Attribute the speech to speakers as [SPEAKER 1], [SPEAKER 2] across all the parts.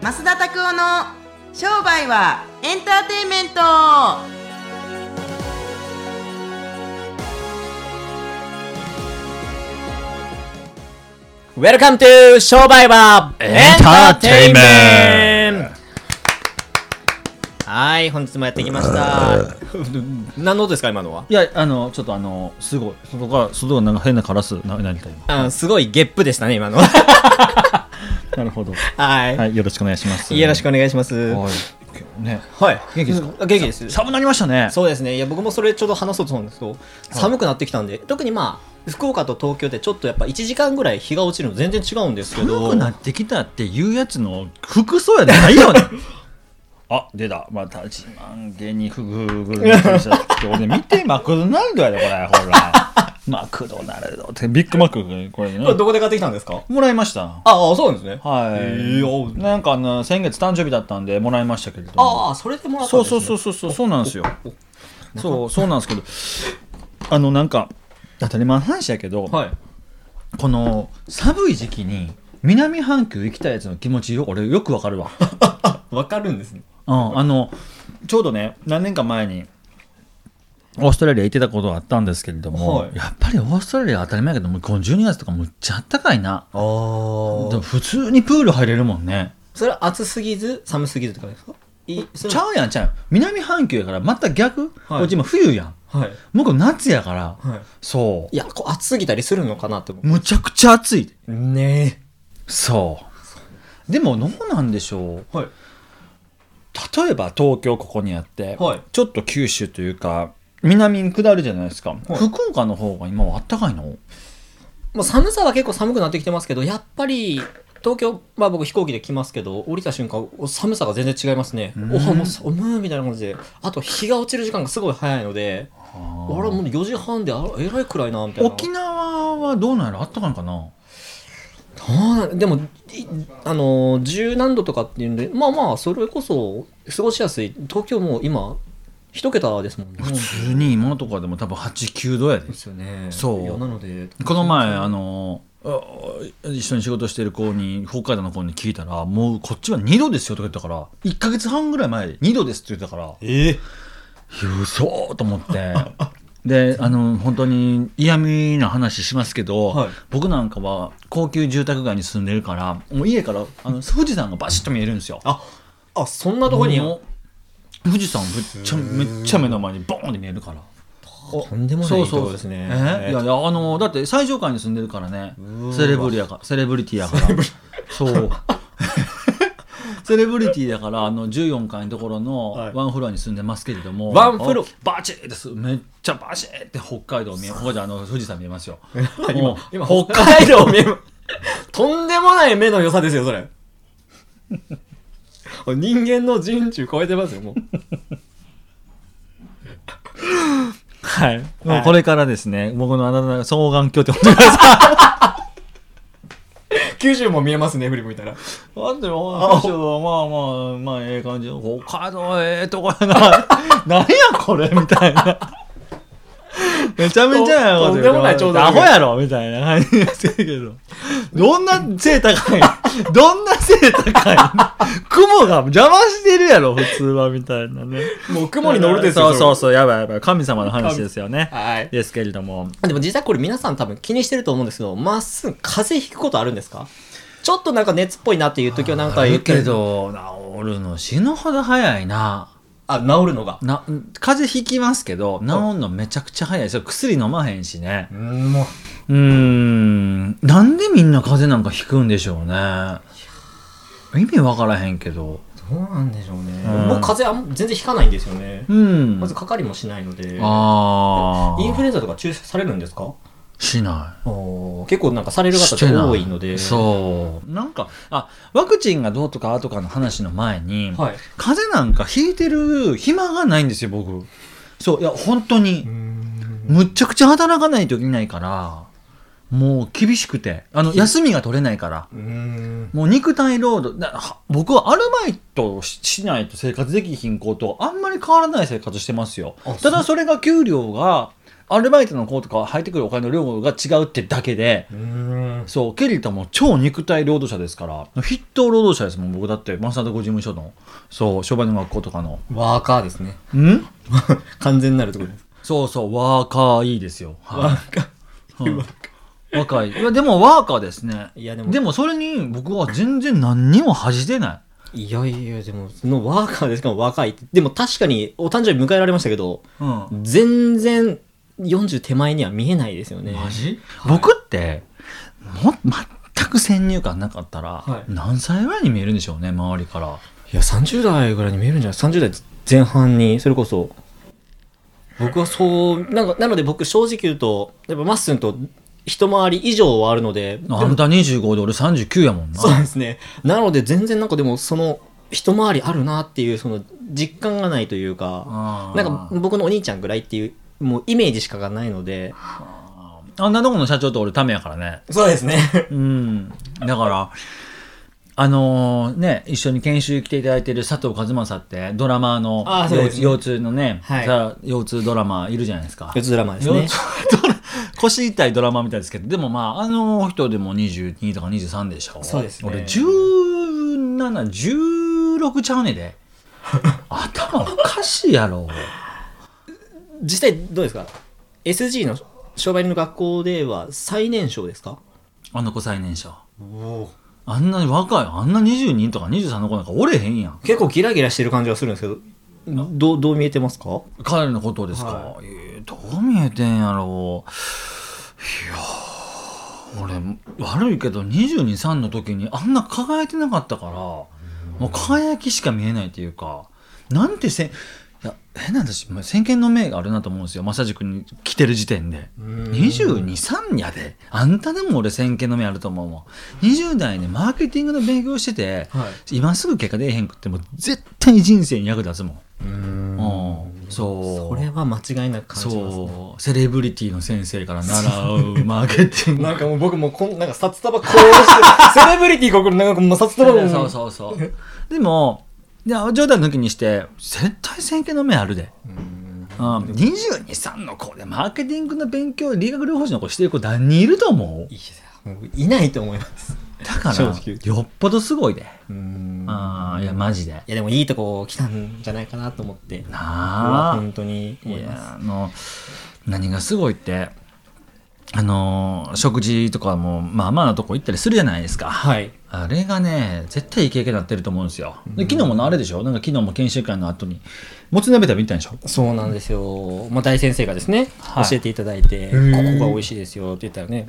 [SPEAKER 1] 増田拓夫の商売はエンターテインメント
[SPEAKER 2] ウェルカム to 商売はエンターテインメントはい、本日もやってきました。何の音ですか、今のはい
[SPEAKER 3] や、あの、ちょっとあの、すごい。外が、外がなんか変なカラス、な何か今。
[SPEAKER 2] あすごいゲップでしたね、今の。
[SPEAKER 3] なるほど。
[SPEAKER 2] はい、
[SPEAKER 3] はい、よろしくお願いします。
[SPEAKER 2] よろしく
[SPEAKER 3] お
[SPEAKER 2] お願いします。
[SPEAKER 3] 願いします。ね。
[SPEAKER 2] はい。
[SPEAKER 3] 元気ですか
[SPEAKER 2] うんあ元気です。
[SPEAKER 3] 寒なりましたね。
[SPEAKER 2] そうですね。いや、僕もそれちょうど話そうと思うんですけど、寒くなってきたんで、特にまあ、福岡と東京でちょっとやっぱ1時間ぐらい日が落ちるの全然違うんですけど。
[SPEAKER 3] 寒くなってきたっていうやつの服装やないよ ね。あ、出た。また自慢げにフググルメしたって俺見て、マクドナルドやで、これ、ほ ら。マクドナルドって、ビッグマック、これね
[SPEAKER 2] これ。どこで買ってきたんですか
[SPEAKER 3] もらいました。
[SPEAKER 2] ああ、そうなんですね。
[SPEAKER 3] は
[SPEAKER 2] え
[SPEAKER 3] い。
[SPEAKER 2] ー
[SPEAKER 3] なんかあの、先月誕生日だったんで、もらいましたけれども。
[SPEAKER 2] ああ、それでもらったん
[SPEAKER 3] そ
[SPEAKER 2] で
[SPEAKER 3] う
[SPEAKER 2] す、
[SPEAKER 3] そ
[SPEAKER 2] ね、
[SPEAKER 3] うそううそうそうそうなんですよそうそうなんですけどあのなんか当たり前の話やけど、
[SPEAKER 2] はい。
[SPEAKER 3] この寒い時期に南半球行きたいやつの気持ちよ俺よくわ かるわ、うん、
[SPEAKER 2] わかるんですね。
[SPEAKER 3] あのちょうどね何年か前にオーストラリア行ってたことがあったんですけれども、
[SPEAKER 2] はい
[SPEAKER 3] やっぱりオーストラリアは当たり前やけどもうこの12月とかむっちゃあったかいな
[SPEAKER 2] ああ
[SPEAKER 3] でも普通にプール入れるもんね
[SPEAKER 2] それは暑すぎず寒すぎずって感じですかいそれ
[SPEAKER 3] ちゃうやんちゃうやん南半球やからまた逆、
[SPEAKER 2] はい
[SPEAKER 3] こっち今冬やん
[SPEAKER 2] はい
[SPEAKER 3] 向こう夏やから、
[SPEAKER 2] はい
[SPEAKER 3] そう
[SPEAKER 2] いやこう暑すぎたりするのかなって思
[SPEAKER 3] むちゃくちゃ暑いう
[SPEAKER 2] ね
[SPEAKER 3] そうでもどうなんでしょう
[SPEAKER 2] えはい
[SPEAKER 3] 例えば東京ここにあって、
[SPEAKER 2] はい
[SPEAKER 3] ちょっと九州というか南に下るじゃないですか、福岡の方が今はあったかいの
[SPEAKER 2] もう寒さは結構寒くなってきてますけどやっぱり東京まあ僕飛行機で来ますけど降りた瞬間お寒さが全然違いますねおもう寒いみたいな感じであと日が落ちる時間がすごい早いのであれもう4時半であらえらいくらいなみたいな
[SPEAKER 3] 沖縄はどうなんやろあったかいのかな
[SPEAKER 2] あーでもいあのー十何度とかっていうんでまあまあそれこそ過ごしやすい東京もう今一桁ですもんね
[SPEAKER 3] 普通に今とかでも多分89度やで
[SPEAKER 2] ですよね
[SPEAKER 3] そう
[SPEAKER 2] いやなので
[SPEAKER 3] この前あのあ一緒に仕事してる子に北海道の子に聞いたらもうこっちは2度ですよとか言ったから1か月半ぐらい前2度ですって言ってたから
[SPEAKER 2] ええ
[SPEAKER 3] そうと思ってであの本当に嫌味な話しますけど、
[SPEAKER 2] はい
[SPEAKER 3] 僕なんかは高級住宅街に住んでるからもう家からあの富士山がバシッと見えるんですよ。
[SPEAKER 2] ああそんなとこに
[SPEAKER 3] もう富士山めっちゃめっちゃ目の前にボーンって見えるから。
[SPEAKER 2] とんでもないとこですね
[SPEAKER 3] えいやいやあのだって最上階に住んでるからねセレブリやかセレブリティや からそう セレブリティだからあの14階のところの
[SPEAKER 2] はい
[SPEAKER 3] ワンフロアに住んでますけれども、
[SPEAKER 2] ワンフロ
[SPEAKER 3] あバチッですめっちゃバチッって北海道見えほじゃあの富士山見えますよもう
[SPEAKER 2] 今北海道見えま とんでもない目の良さですよそ れ人間の人中超えてますよもう
[SPEAKER 3] はい、も
[SPEAKER 2] は
[SPEAKER 3] う
[SPEAKER 2] い
[SPEAKER 3] これからですね僕のあだ名が双眼鏡ってことです
[SPEAKER 2] 九州も見えますね振り向いたら
[SPEAKER 3] なんでよまあまあまあええ感じ北海道ええとこや ななんやこれみたいなめちゃめちゃや
[SPEAKER 2] ととんでもないちょうどいい
[SPEAKER 3] アホやろみたいな感じがするけどどんな背高いどんな背高い雲が邪魔してるやろ普通はみたいなね
[SPEAKER 2] もう雲に乗るですよ
[SPEAKER 3] そうそう
[SPEAKER 2] そ
[SPEAKER 3] そうやばいやばい神様の話ですよね
[SPEAKER 2] れはい
[SPEAKER 3] ですけれども
[SPEAKER 2] でも実際これ皆さん多分気にしてると思うんですけど、まっすぐ風邪ひくことあるんですかちょっとなんか熱っぽいなっていう時はなんか
[SPEAKER 3] あ
[SPEAKER 2] 言
[SPEAKER 3] る
[SPEAKER 2] って
[SPEAKER 3] け。ど治るの死ぬほど早いな
[SPEAKER 2] あ、治るのが。
[SPEAKER 3] な風邪ひきますけど治るのめちゃくちゃ早いですよ薬飲まへんしね
[SPEAKER 2] うん、もう。
[SPEAKER 3] うーんなんでみんな風邪なんかひくんでしょうね意味わからへんけど
[SPEAKER 2] どうなんでしょうね。
[SPEAKER 3] うん
[SPEAKER 2] 僕風邪あん全然ひかないんですよね。
[SPEAKER 3] うん
[SPEAKER 2] まずかかりもしないので。
[SPEAKER 3] あ
[SPEAKER 2] インフ
[SPEAKER 3] あ
[SPEAKER 2] ルエンザとか注射されるんですか
[SPEAKER 3] しな
[SPEAKER 2] 結構なんかされ
[SPEAKER 3] い
[SPEAKER 2] る方
[SPEAKER 3] して
[SPEAKER 2] が
[SPEAKER 3] な
[SPEAKER 2] 多いので。
[SPEAKER 3] そうなんかあワクチンがどうとかとかの話の前に、
[SPEAKER 2] はい。
[SPEAKER 3] 風邪なんかひいてる暇がないんですよ僕そういや本当に、むっちゃくちゃ働かないといけないから、もう厳しくて、あの、休みが取れないから、
[SPEAKER 2] うん。
[SPEAKER 3] もう肉体労働、だは僕はアルバイトをししないと生活できひんこと、あんまり変わらない生活してますよ
[SPEAKER 2] あ。
[SPEAKER 3] ただそれが給料が、アルバイトの子とか入ってくるお金の量が違うってだけで、
[SPEAKER 2] うん
[SPEAKER 3] そう、ケリーとも超肉体労働者ですから、筆頭労働者ですもん、僕だって、マサダコ事務所の、そう、商売の学校とかの。
[SPEAKER 2] ワーカーですね
[SPEAKER 3] ん
[SPEAKER 2] 完全なるところです
[SPEAKER 3] そうそう、ワーカーいいですよ。
[SPEAKER 2] ワ
[SPEAKER 3] は
[SPEAKER 2] ーカー
[SPEAKER 3] い。はい、若い。いや、でもワーカーですね。
[SPEAKER 2] いやでも
[SPEAKER 3] でもそれに僕は全然何にも恥じてない。
[SPEAKER 2] いやいやでもそのワーカーですかも若いってでも確かにお誕生日迎えられましたけど
[SPEAKER 3] うん。
[SPEAKER 2] 全然40手前には見えないですよね
[SPEAKER 3] マジ、僕っても全く先入観なかったら、
[SPEAKER 2] はい
[SPEAKER 3] 何歳ぐらいに見えるんでしょうね周りから
[SPEAKER 2] いや30代ぐらいに見えるんじゃない30代前半にそれこそ僕はそうなんかなので僕正直言うとやっぱまっすんと一回り以上はあるのででも
[SPEAKER 3] あんた25で俺39やもんな
[SPEAKER 2] そうですねなので全然なんかでもその一回りあるなっていうその実感がないというか
[SPEAKER 3] あー
[SPEAKER 2] なんか僕のお兄ちゃんぐらいっていうもうイメージしかがないので
[SPEAKER 3] あんなとこの社長と俺ためやからね
[SPEAKER 2] そうです ね
[SPEAKER 3] うんだからあのーね一緒に研修来ていただいてる佐藤和正ってドラマーの
[SPEAKER 2] あーそうですね
[SPEAKER 3] 腰腰痛のね、
[SPEAKER 2] はい
[SPEAKER 3] さ腰痛ドラマーいるじゃないですか
[SPEAKER 2] 四つドラマですね
[SPEAKER 3] 腰痛ドラ腰痛いドラマみたいですけどでもまああの人でも22とか23でしょ
[SPEAKER 2] そうですね
[SPEAKER 3] 俺1716ちゃうねで 頭おかしいやろ
[SPEAKER 2] 実際どうですか SG の商売人の学校では最年少ですか
[SPEAKER 3] あの子最年少あんなに若いあんな22とか23の子なんかおれへんやん
[SPEAKER 2] 結構ギラギラしてる感じがするんですけどどうどう見えてますか
[SPEAKER 3] 彼のことですか、
[SPEAKER 2] は
[SPEAKER 3] えーどう見えてんやろいやー俺悪いけど223の時にあんな輝いてなかったからもう輝きしか見えないというかなんてせんいや変な話まあ先見の明があるなと思うんですよ正塾に来てる時点で223やであんたでも俺先見の明あると思うもん20代でマーケティングの勉強してて、
[SPEAKER 2] は
[SPEAKER 3] 今すぐ結果出えへんくっても絶対人生に役立つもん
[SPEAKER 2] うん
[SPEAKER 3] うん、そう
[SPEAKER 2] これは間違いなく感じますね
[SPEAKER 3] そうセレブリティの先生から習 うマーケティング
[SPEAKER 2] なんかもう僕もこんなんか札束こう してセレブリティ心なんかもう札束も
[SPEAKER 3] そうそうそうでもいや冗談抜きにして絶対先見の目あるで、うん、223の子でマーケティングの勉強理学療法士の子してる子何人いると思う
[SPEAKER 2] いやもういないと思います
[SPEAKER 3] だか
[SPEAKER 2] 正直言う
[SPEAKER 3] らよっぽどすごいで、
[SPEAKER 2] うん
[SPEAKER 3] ああいやマジでない
[SPEAKER 2] やでもいいとこ来たんじゃないかなと思って
[SPEAKER 3] あ
[SPEAKER 2] 本当に思
[SPEAKER 3] い
[SPEAKER 2] います
[SPEAKER 3] やあの何がすごいってあの食事とかもまあまあなとこ行ったりするじゃないですか、
[SPEAKER 2] はい
[SPEAKER 3] あれがね絶対いい経験になってると思うんですよで昨日もなあれでしょなんか昨日も研修会の後にもつ鍋食べに行ったんでしょ
[SPEAKER 2] そうなんですよ、まあ、大先生がですね、
[SPEAKER 3] はい
[SPEAKER 2] 教えていただいて、ここ
[SPEAKER 3] ー
[SPEAKER 2] が美味しいですよって言ったらね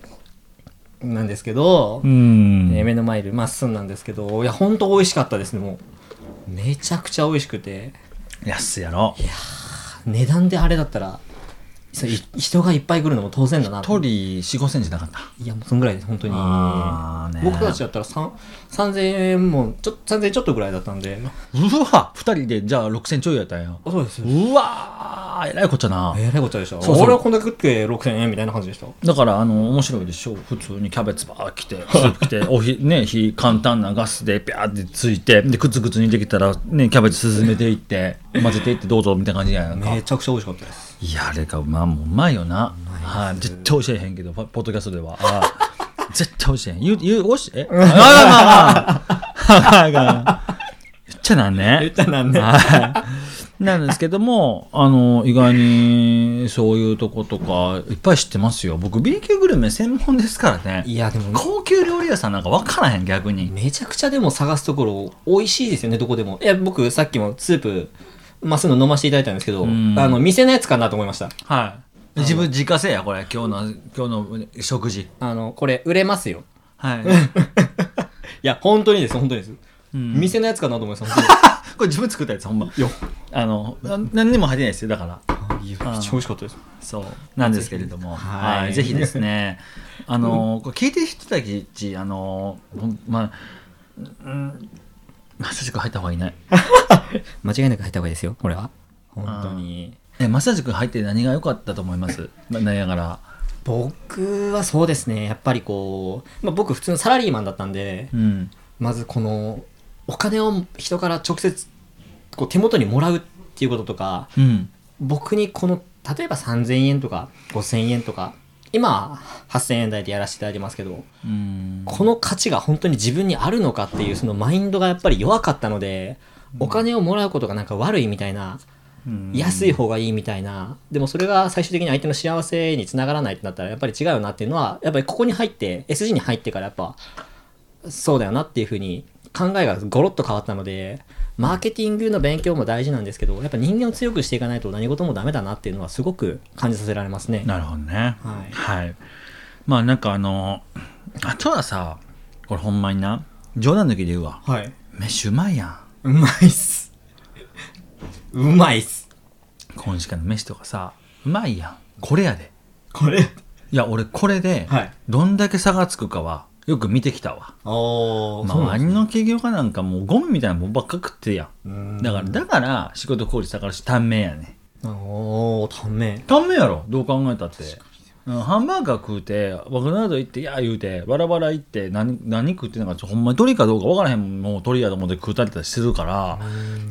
[SPEAKER 2] なんですけど、
[SPEAKER 3] ん
[SPEAKER 2] えー目の前でまっすんなんですけどいやほんと美味しかったですねもうめちゃくちゃ美味しくて
[SPEAKER 3] 安いやろ
[SPEAKER 2] 値段であれだったらそうい人がいっぱい来るのも当然だなと
[SPEAKER 3] 鳥4 5センチなかった
[SPEAKER 2] いやもうそんぐらいです本当に
[SPEAKER 3] あーね
[SPEAKER 2] 僕たちだったらさん3000円もちょ3000円ちょっとぐらいだったんで
[SPEAKER 3] うわ2人でじゃあ6センチちょいやったんや
[SPEAKER 2] あそうです
[SPEAKER 3] うわーえらいこっちゃな
[SPEAKER 2] えらいこっちゃでした
[SPEAKER 3] そうそう
[SPEAKER 2] 俺はこんだけ食って6000円みたいな感じでした
[SPEAKER 3] だからあの面白いでしょ普通にキャベツばー来てスープ来 ておひね火簡単なガスでピャーってついてでクツクツにできたらねキャベツ進めていって混ぜていってどうぞみたいな感じじゃないのか
[SPEAKER 2] めちゃくちゃ美味しかったです
[SPEAKER 3] いやあれかまあもううまいよなはい絶対教えへんけどポポッドキャストでは あー絶対教えへん言う言う教ええああまあまあまああかんあかん言っちゃなん
[SPEAKER 2] 言
[SPEAKER 3] ね
[SPEAKER 2] ったなんで
[SPEAKER 3] はいなんですけどもあの意外にそういうとことかいっぱい知ってますよ僕 B 級グルメ専門ですからね
[SPEAKER 2] いやでも
[SPEAKER 3] 高級料理屋さんなんか分からへん逆に
[SPEAKER 2] めちゃくちゃでも探すところ美味しいですよねどこでもいや僕さっきもスープまあ、すぐ飲ませていただいたんですけど、あ
[SPEAKER 3] ん
[SPEAKER 2] の、店のやつかなと思いました。
[SPEAKER 3] はい自分自家製やこれ今日の今日の食事
[SPEAKER 2] あの、これ、売れますよ。
[SPEAKER 3] はい
[SPEAKER 2] いや、本当にです、本当にです。
[SPEAKER 3] ん
[SPEAKER 2] 店のやつかなと思いました、本
[SPEAKER 3] これ自分作ったやつほんま
[SPEAKER 2] 当に。い
[SPEAKER 3] あの、な何にも入ってないですよ、だか ら。
[SPEAKER 2] や、めっちゃ美味しかったです。
[SPEAKER 3] そう。なんですけれども。
[SPEAKER 2] はい
[SPEAKER 3] はい。ぜひです ね、あの、これ聞いてる人たち、あの、ほんまあ、うん、まさじく入った方がいない。
[SPEAKER 2] 間違いなく入った方がいいですよ、これは。本当に。
[SPEAKER 3] え、まさじく入って何が良かったと思いますななりながら。
[SPEAKER 2] 僕はそうですね、やっぱりこう、まあ、僕、普通のサラリーマンだったんで、
[SPEAKER 3] うん。
[SPEAKER 2] まずこの、お金を人から直接、こう、手元にもらうっていうこととか、
[SPEAKER 3] うん。
[SPEAKER 2] 僕にこの例えば3000円とか5000円とか今8000円台でやらせていただいてますけど
[SPEAKER 3] うん
[SPEAKER 2] この価値が本当に自分にあるのかっていうそのマインドがやっぱり弱かったのでお金をもらうことがなんか悪いみたいな
[SPEAKER 3] うん
[SPEAKER 2] 安い方がいいみたいなでもそれが最終的に相手の幸せにつながらないってなったらやっぱり違うよなっていうのはやっぱりここに入って SG に入ってからやっぱそうだよなっていうふうに考えがゴロッと変わったのでマーケティングの勉強も大事なんですけどやっぱ人間を強くしていかないと何事もダメだなっていうのはすごく感じさせられますね。
[SPEAKER 3] なるほどね
[SPEAKER 2] はい
[SPEAKER 3] はい、まあなんかあのあとはさこれほんまにな冗談抜きで言うわ
[SPEAKER 2] はい、
[SPEAKER 3] 飯うまいやん
[SPEAKER 2] うまいっす。うまいっす。
[SPEAKER 3] 今時間の飯とかさうまいやんこれやで
[SPEAKER 2] これ。
[SPEAKER 3] いや俺これで
[SPEAKER 2] はい
[SPEAKER 3] どんだけ差がつくかはよく見てきたわ、
[SPEAKER 2] おー、
[SPEAKER 3] 周り
[SPEAKER 2] ね。
[SPEAKER 3] の企業家なんかもうゴミみたいなもんばっか食ってるや
[SPEAKER 2] う
[SPEAKER 3] ん
[SPEAKER 2] ん
[SPEAKER 3] だからだから仕事効率高からし短命やね
[SPEAKER 2] おー、ため。
[SPEAKER 3] 短命やろどう考えたってうんハンバーガー食うてマクドナルド行っていや言うてバラバラ行って何何食ってんのかちょほんまに鳥かどうか分からへんもんもう鳥やと思って食うたりとかしてるから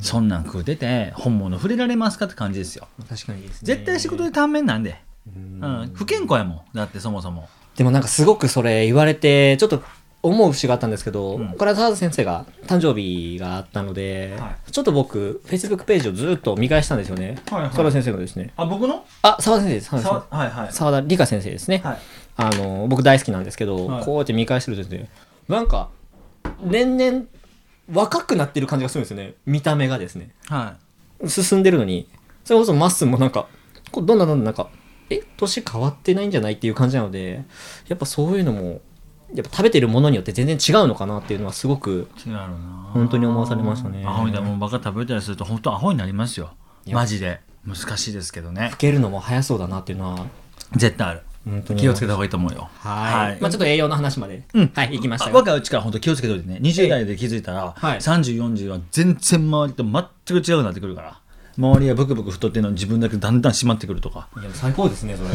[SPEAKER 3] そんなん食うてて本物触れられますかって感じですよ
[SPEAKER 2] 確かにですね。
[SPEAKER 3] 絶対仕事で短命なんで、うん、不健康やもんだってそもそも
[SPEAKER 2] でもなんかすごくそれ言われて、ちょっと思う節があったんですけど、
[SPEAKER 3] うん
[SPEAKER 2] これは澤田先生が誕生日があったので、
[SPEAKER 3] は
[SPEAKER 2] ちょっと僕、Facebook ページをずっと見返したんですよね。
[SPEAKER 3] はいはい
[SPEAKER 2] 澤田先生のですね。
[SPEAKER 3] あ僕の
[SPEAKER 2] あ、澤田先生です。澤田先生
[SPEAKER 3] はいはい
[SPEAKER 2] 澤田理香先生ですね。
[SPEAKER 3] はい
[SPEAKER 2] あの僕大好きなんですけど、
[SPEAKER 3] はい
[SPEAKER 2] こうやって見返してるとですねなんか年々若くなってる感じがするんですよね見た目がですね
[SPEAKER 3] は
[SPEAKER 2] 進んでるのにそれこそまっすーもなんかこうどんどんどんどんなんかえ年変わってないんじゃないっていう感じなのでやっぱそういうのもやっぱ食べてるものによって全然違うのかなっていうのはすごく
[SPEAKER 3] い違うよな
[SPEAKER 2] 本当に思わされましたね
[SPEAKER 3] アホみたいなもんばっか食べたりすると本当アホになりますよ
[SPEAKER 2] いや
[SPEAKER 3] マジで難しいですけどね
[SPEAKER 2] 老けるのも早そうだなっていうのは
[SPEAKER 3] 絶対ある
[SPEAKER 2] 本当に
[SPEAKER 3] 気をつ
[SPEAKER 2] て
[SPEAKER 3] けた方がいいと思うよ
[SPEAKER 2] はい、
[SPEAKER 3] はい
[SPEAKER 2] まあ、ちょっと栄養の話まで、
[SPEAKER 3] うん
[SPEAKER 2] はい行きましたよ
[SPEAKER 3] 若いうちから本当気をつけておいてね20代で気づいたら、
[SPEAKER 2] はい
[SPEAKER 3] 3040は全然周りと全く違うなってくるから周りがブクブク太ってるのに自分だけだんだん締まってくるとか
[SPEAKER 2] いや最高ですねそれ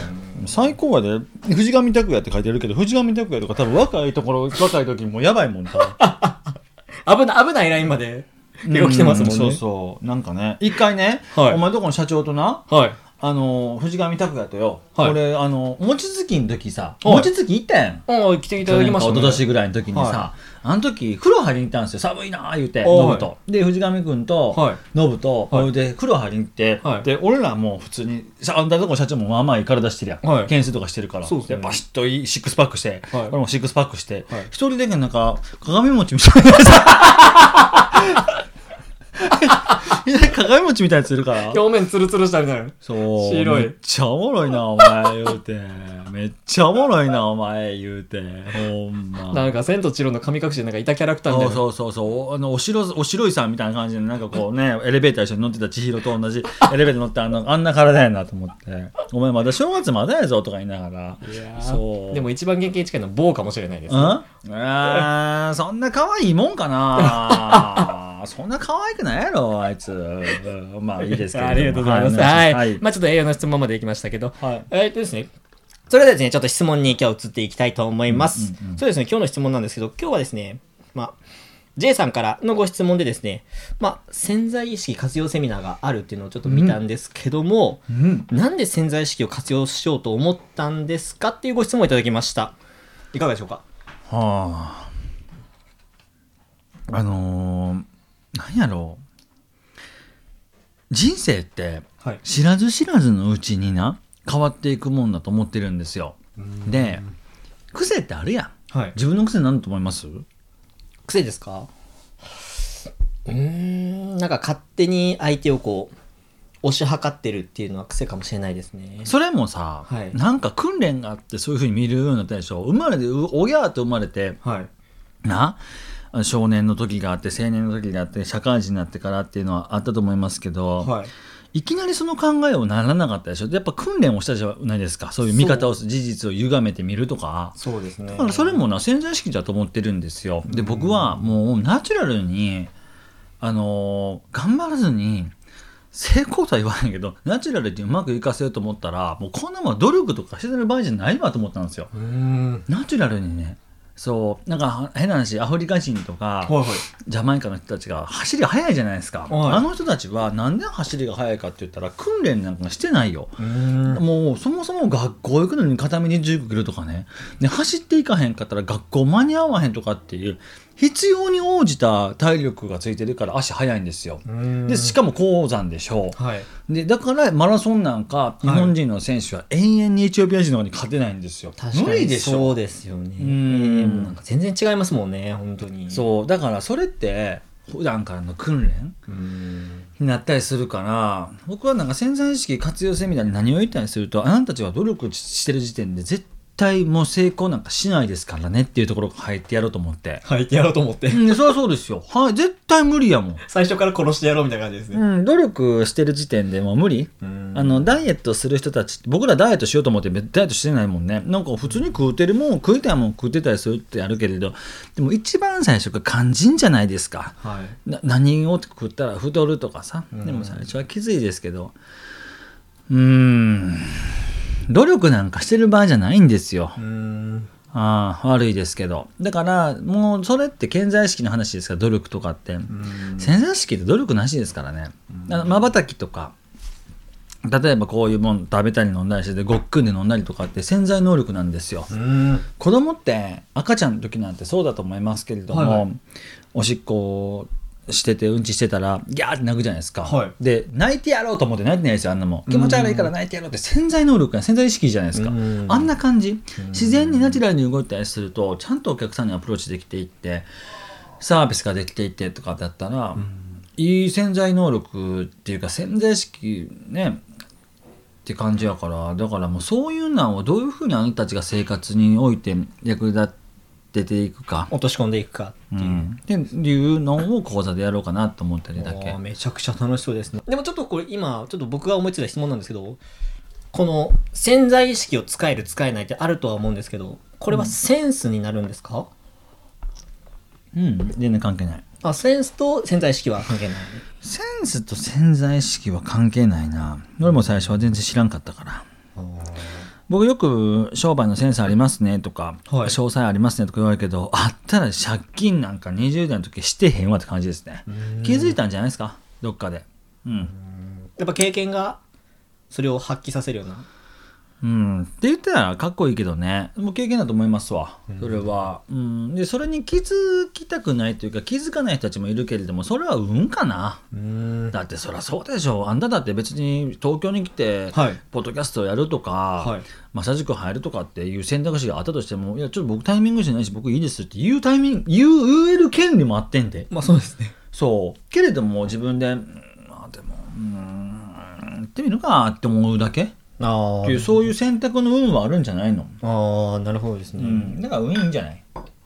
[SPEAKER 3] 最高やで藤上拓也って書いてあるけど藤上拓也とか多分若いところ若い時もうやばいもんさ
[SPEAKER 2] 危ない危ないラインまで結 構来てますもんね
[SPEAKER 3] そうそうなんかね一回ね、
[SPEAKER 2] はい
[SPEAKER 3] お前どこの社長とな
[SPEAKER 2] はい。
[SPEAKER 3] あの藤上拓也とよ、
[SPEAKER 2] はい
[SPEAKER 3] 俺あの望月の時さ
[SPEAKER 2] はい
[SPEAKER 3] 望月行ったやん
[SPEAKER 2] ああ、来ていただきました、
[SPEAKER 3] 去年か一昨年ぐらいの時にさ、
[SPEAKER 2] は
[SPEAKER 3] あの時風呂入りに行ったんですよ寒いなー言うて
[SPEAKER 2] おい
[SPEAKER 3] ノブとで藤上君と、
[SPEAKER 2] はい
[SPEAKER 3] ノブと、
[SPEAKER 2] はい
[SPEAKER 3] それで風呂入りに行って、
[SPEAKER 2] はい
[SPEAKER 3] で俺らもう普通にさあんたとこの社長もまあまあいい体してるやん、
[SPEAKER 2] はい
[SPEAKER 3] 懸垂とかしてるから
[SPEAKER 2] そうですね
[SPEAKER 3] バシッといいシックスパックして、
[SPEAKER 2] はい
[SPEAKER 3] 俺もシックスパックして、
[SPEAKER 2] はい
[SPEAKER 3] 一人だけなんか鏡餅みたいなやつ みんな鏡餅みたいなやつするから
[SPEAKER 2] 表面ツルツルしたみたいな。
[SPEAKER 3] そう。
[SPEAKER 2] 白い
[SPEAKER 3] めっちゃおもろいな、お前、言うて。めっちゃおもろいな、お前、言うて。ほんま。
[SPEAKER 2] なんか、千と千尋の神隠しでなんかいたキャラクターみた
[SPEAKER 3] そ
[SPEAKER 2] いうな。
[SPEAKER 3] そうそうそう。あの、おしろ、おしろいさんみたいな感じで、なんかこうね、エレベーター一緒に乗ってた千尋と同 じエレベーター乗って、あの、あんな体やなと思って。お前まだ正月まだやぞ、とか言いなが
[SPEAKER 2] いや
[SPEAKER 3] ら。
[SPEAKER 2] ー
[SPEAKER 3] そう。
[SPEAKER 2] でも一番原型に近いのは棒かもしれないです。
[SPEAKER 3] うんあーそんな可愛いもん かなそんな可愛くないやろ、あいつ。うんまあいいですけれども。
[SPEAKER 2] ありがとうございます。
[SPEAKER 3] は
[SPEAKER 2] はいい。
[SPEAKER 3] お願いしま
[SPEAKER 2] まあちょっと栄養の質問までいきましたけど。
[SPEAKER 3] す。はい。はい
[SPEAKER 2] えーっとですね。それではですね、ちょっと質問に今日移っていきたいと思います。
[SPEAKER 3] うんうんうん
[SPEAKER 2] そうですね、今日の質問なんですけど、今日はですね、まあ、J さんからのご質問でですね、まあ、潜在意識活用セミナーがあるっていうのをちょっと見たんですけども、
[SPEAKER 3] うん。
[SPEAKER 2] なんで潜在意識を活用しようと思ったんですかっていうご質問をいただきました。いかがでしょうか
[SPEAKER 3] はああのー、なんやろう人生って
[SPEAKER 2] はい。
[SPEAKER 3] 知らず知らずのうちにな変わっていくもんだと思ってるんですよで癖ってあるやん
[SPEAKER 2] はい。
[SPEAKER 3] 自分の癖なんだと思います
[SPEAKER 2] 癖ですかうーん、なんか勝手に相手をこう、押し量ってるっていうのは癖かもしれないですね。
[SPEAKER 3] それもさ、
[SPEAKER 2] はい
[SPEAKER 3] なんか訓練があってそういうふうに見るようになったでしょ生まれてうおぎゃーって生まれて
[SPEAKER 2] はい。
[SPEAKER 3] な少年の時があって青年の時があって社会人になってからっていうのはあったと思いますけど、
[SPEAKER 2] はい。
[SPEAKER 3] いきなりその考えをならなかったでしょやっぱ訓練をしたじゃないですかそういう見方を事実を歪めてみるとか
[SPEAKER 2] そうですね。
[SPEAKER 3] だからそれもな潜在意識だと思ってるんですよで僕はもうナチュラルにあのー頑張らずに成功とは言わないけどナチュラルにうまくいかせようと思ったらもうこんなもん努力とかしてる場合じゃないわと思ったんですよ
[SPEAKER 2] うーん。
[SPEAKER 3] ナチュラルにねそうなんか変な話アフリカ人と
[SPEAKER 2] は
[SPEAKER 3] か、
[SPEAKER 2] いはい
[SPEAKER 3] ジャマイカの人たちが走りが速いじゃないですか、
[SPEAKER 2] はい
[SPEAKER 3] あの人たちはなんで走りが速いかって言ったら訓練なんかしてないよ、
[SPEAKER 2] うん
[SPEAKER 3] もうそもそも学校行くのに片道15キロとかねで走っていかへんかったら学校間に合わへんとかっていう必要に応じた体力がついてるから足速いんですよ、でしかも高山でしょう、
[SPEAKER 2] はい
[SPEAKER 3] でだからマラソンなんか日本人の選手は延々にエチオピア人の方に勝てないんですよ、
[SPEAKER 2] 確
[SPEAKER 3] 無
[SPEAKER 2] か
[SPEAKER 3] 理
[SPEAKER 2] に
[SPEAKER 3] でしょ
[SPEAKER 2] そうですよね
[SPEAKER 3] うん
[SPEAKER 2] なんか全然違いますもんね本当に
[SPEAKER 3] そうだからそれって普段からの訓練
[SPEAKER 2] うん
[SPEAKER 3] になったりするから僕はなんか潜在意識活用セミナーに何を言ったりするとあなたたちは努力してる時点で絶対もう成功なんかしないですからねっていうところが入ってやろうと思って、
[SPEAKER 2] 入ってやろうと思って
[SPEAKER 3] うん、そりゃそうですよはい絶対無理やもん、
[SPEAKER 2] 最初から殺してやろうみたいな感じですね
[SPEAKER 3] うん、努力してる時点でもう無理
[SPEAKER 2] うん
[SPEAKER 3] あのダイエットする人たちって僕らダイエットしようと思って別にダイエットしてないもんねなんか普通に食うてるもん食いたいもん食ってたりするってあるけれどでも一番最初が肝心じゃないですか
[SPEAKER 2] はい
[SPEAKER 3] な何を食ったら太るとかさ
[SPEAKER 2] うん
[SPEAKER 3] でも最初はきついですけどうーん努力なんかしてる場合じゃないんですよ
[SPEAKER 2] うん
[SPEAKER 3] ああ悪いですけどだからもうそれって潜在意識の話ですから努力とかって潜在意識って努力なしですからねまばたきとか例えばこういうもん食べたり飲んだりしててごっくんで飲んだりとかって潜在能力なんですよ、
[SPEAKER 2] うん
[SPEAKER 3] 子供って赤ちゃんの時なんてそうだと思いますけれども、
[SPEAKER 2] はいはい
[SPEAKER 3] おしっこをしててうんちしてたらギャーって泣くじゃないですか、
[SPEAKER 2] はい
[SPEAKER 3] で泣いてやろうと思って泣いてないですよあんなもん気持ち悪いから泣いてやろうって潜在能力や潜在意識じゃないですか
[SPEAKER 2] うん
[SPEAKER 3] あんな感じ自然にナチュラルに動いたりするとちゃんとお客さんにアプローチできていってサービスができていってとかだったら、いい潜在能力っていうか潜在意識ねって感じやからだからもうそういうのをどういうふうにあなたたちが生活において役立てていくか、
[SPEAKER 2] 落とし込んでいくか
[SPEAKER 3] う、
[SPEAKER 2] っていうん
[SPEAKER 3] っていうのを講座でやろうかなと思ったりだけ
[SPEAKER 2] あーめちゃくちゃ楽しそうですねでもちょっとこれ今ちょっと僕が思いついた質問なんですけどこの潜在意識を使える使えないってあるとは思うんですけどこれはセンスになるんですか、
[SPEAKER 3] うん全然関係ない
[SPEAKER 2] あセンスと潜在意識は関係ない
[SPEAKER 3] センスと潜在意識は関係ないな俺も最初は全然知らんかったから僕よく商売のセンスありますねとか、
[SPEAKER 2] はい
[SPEAKER 3] 詳細ありますねとか言われるけどあったら借金なんか20代の時してへんわって感じですね気づいたんじゃないですかどっかでうん
[SPEAKER 2] やっぱ経験がそれを発揮させるような
[SPEAKER 3] うん、って言ったらかっこいいけどねもう経験だと思いますわそれは、うん、でそれに気づきたくないというか気づかない人たちもいるけれどもそれは運かな
[SPEAKER 2] うん
[SPEAKER 3] だってそりゃそうでしょあんただって別に東京に来て、
[SPEAKER 2] はい
[SPEAKER 3] ポッドキャストをやるとか、
[SPEAKER 2] はい
[SPEAKER 3] マッサージ塾入るとかっていう選択肢があったとしてもいやちょっと僕タイミングじゃないし僕いいですって言うタイミング言う言える権利もあってんで
[SPEAKER 2] まあそうですね
[SPEAKER 3] そうけれども自分でうんまあでもうん行ってみるかって思うだけ
[SPEAKER 2] あ
[SPEAKER 3] っていうそういう選択の運はあるんじゃないの
[SPEAKER 2] ああなるほどですね、
[SPEAKER 3] だから運いいんじゃない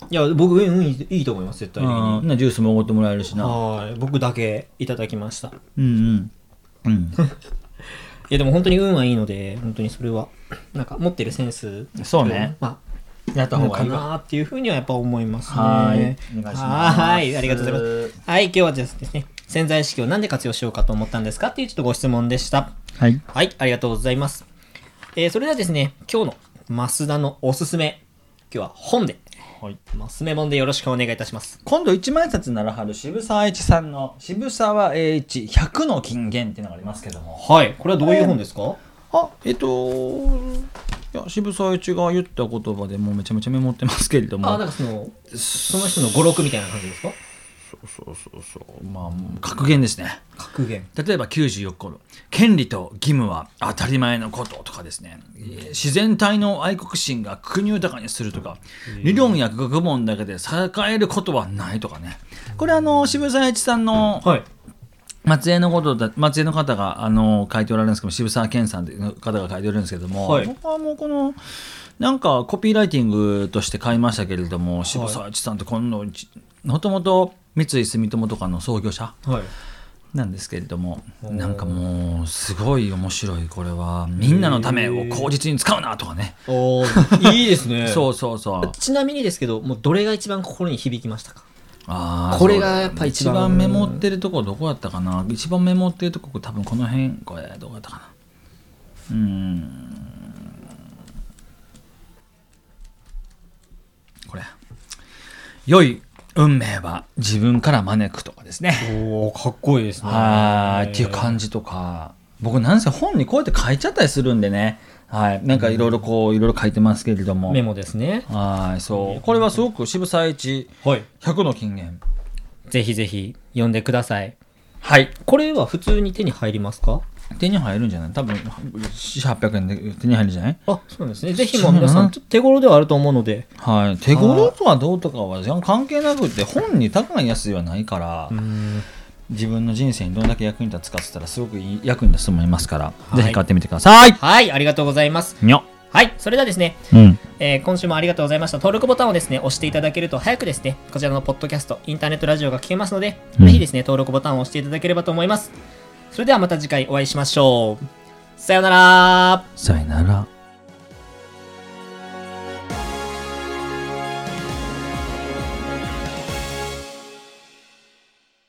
[SPEAKER 2] いや僕うんいいいいと思います絶対的に
[SPEAKER 3] なジュースもおごってもらえるしな
[SPEAKER 2] はい僕だけいただきました
[SPEAKER 3] うんうん
[SPEAKER 2] いやでも本当に運はいいので本当にそれはなんか持ってるセンス
[SPEAKER 3] そうね
[SPEAKER 2] まあ
[SPEAKER 3] やった
[SPEAKER 2] な
[SPEAKER 3] 方
[SPEAKER 2] のか
[SPEAKER 3] がいいわ
[SPEAKER 2] なっていうふうにはやっぱ思いますね。
[SPEAKER 3] はいお願いします
[SPEAKER 2] はいありがとうございます。はい、今日はですね、潜在意識をなんで活用しようかと思ったんですかっていうちょっとご質問でした。
[SPEAKER 3] はい
[SPEAKER 2] はい、ありがとうございます。えーそれではですね、今日の増田のおすすめ、今日は本で、
[SPEAKER 3] はい
[SPEAKER 2] マスメ本でよろしくお願いいたします。
[SPEAKER 3] 今度一万円札ならはる渋沢栄一さんの「渋沢栄一100の金言」っていうのがありますけども
[SPEAKER 2] はい、これはどういう本ですか、
[SPEAKER 3] あえっといや渋沢栄一が言った言葉でもうめちゃめちゃメモってますけれども
[SPEAKER 2] あ、なんかその、その人の語録みたいな感じですか
[SPEAKER 3] そうそうそうまあ格言ですね
[SPEAKER 2] 格言。
[SPEAKER 3] 例えば94項権利と義務は当たり前のこととかですねえー自然体の愛国心が国を豊かにするとか理論や学問だけで栄えることはないとかねこれあの渋沢栄一さんの
[SPEAKER 2] はい。
[SPEAKER 3] 松江のことだ松江の方があの書いておられるんですけど渋沢健さんという方が書いておられるんですけども、
[SPEAKER 2] はい
[SPEAKER 3] 僕はもうこのなんかコピーライティングとして買いましたけれども渋沢栄一さんってこのもともと三井住友とかの創業者
[SPEAKER 2] はい。
[SPEAKER 3] なんですけれども
[SPEAKER 2] おー
[SPEAKER 3] なんかもうすごい面白いこれは「みんなのためを口実に使うな」とかね、
[SPEAKER 2] おーいいですね。
[SPEAKER 3] そうそうそう
[SPEAKER 2] ちなみにですけど、もうどれが一番心に響きましたか
[SPEAKER 3] あー
[SPEAKER 2] これがやっぱ一
[SPEAKER 3] 一
[SPEAKER 2] 番
[SPEAKER 3] 番メモってるとこどこやったかな一番メモってるとこ多分この辺これどこやったかなうーんこれ良い運命は自分から招くとかですね。
[SPEAKER 2] おおかっこいいですね
[SPEAKER 3] はい、っていう感じとか、僕なんせ本にこうやって書いちゃったりするんでね。はい、なんかいろいろこう、いろいろ書いてますけれども。
[SPEAKER 2] メモですね
[SPEAKER 3] はい、そう。これはすごく渋沢栄一
[SPEAKER 2] はい
[SPEAKER 3] 100の金言。
[SPEAKER 2] ぜひぜひ読んでください
[SPEAKER 3] はい。
[SPEAKER 2] これは普通に手に入りますか
[SPEAKER 3] 手に入るんじゃない多分、4、800円で手に入るんじゃない
[SPEAKER 2] あそうですねぜひもう皆さんちょっと手頃ではあると思うので
[SPEAKER 3] はい。手頃とはどうとかは関係なくて、本に高い安いはないから、自分の人生にどんだけ役に立つかって言ったら、すごくいい役に立つと思いますから、
[SPEAKER 2] い
[SPEAKER 3] ぜひ買ってみてください。
[SPEAKER 2] はいありがとうございます
[SPEAKER 3] にょ。
[SPEAKER 2] はいそれではですね
[SPEAKER 3] うん。
[SPEAKER 2] えー今週もありがとうございました。登録ボタンをですね、押していただけると早くですね、こちらのポッドキャスト、インターネットラジオが聞けますので、
[SPEAKER 3] うん
[SPEAKER 2] ぜひですね、登録ボタンを押していただければと思います。それではまた次回お会いしましょう。さようなら
[SPEAKER 3] さよなら。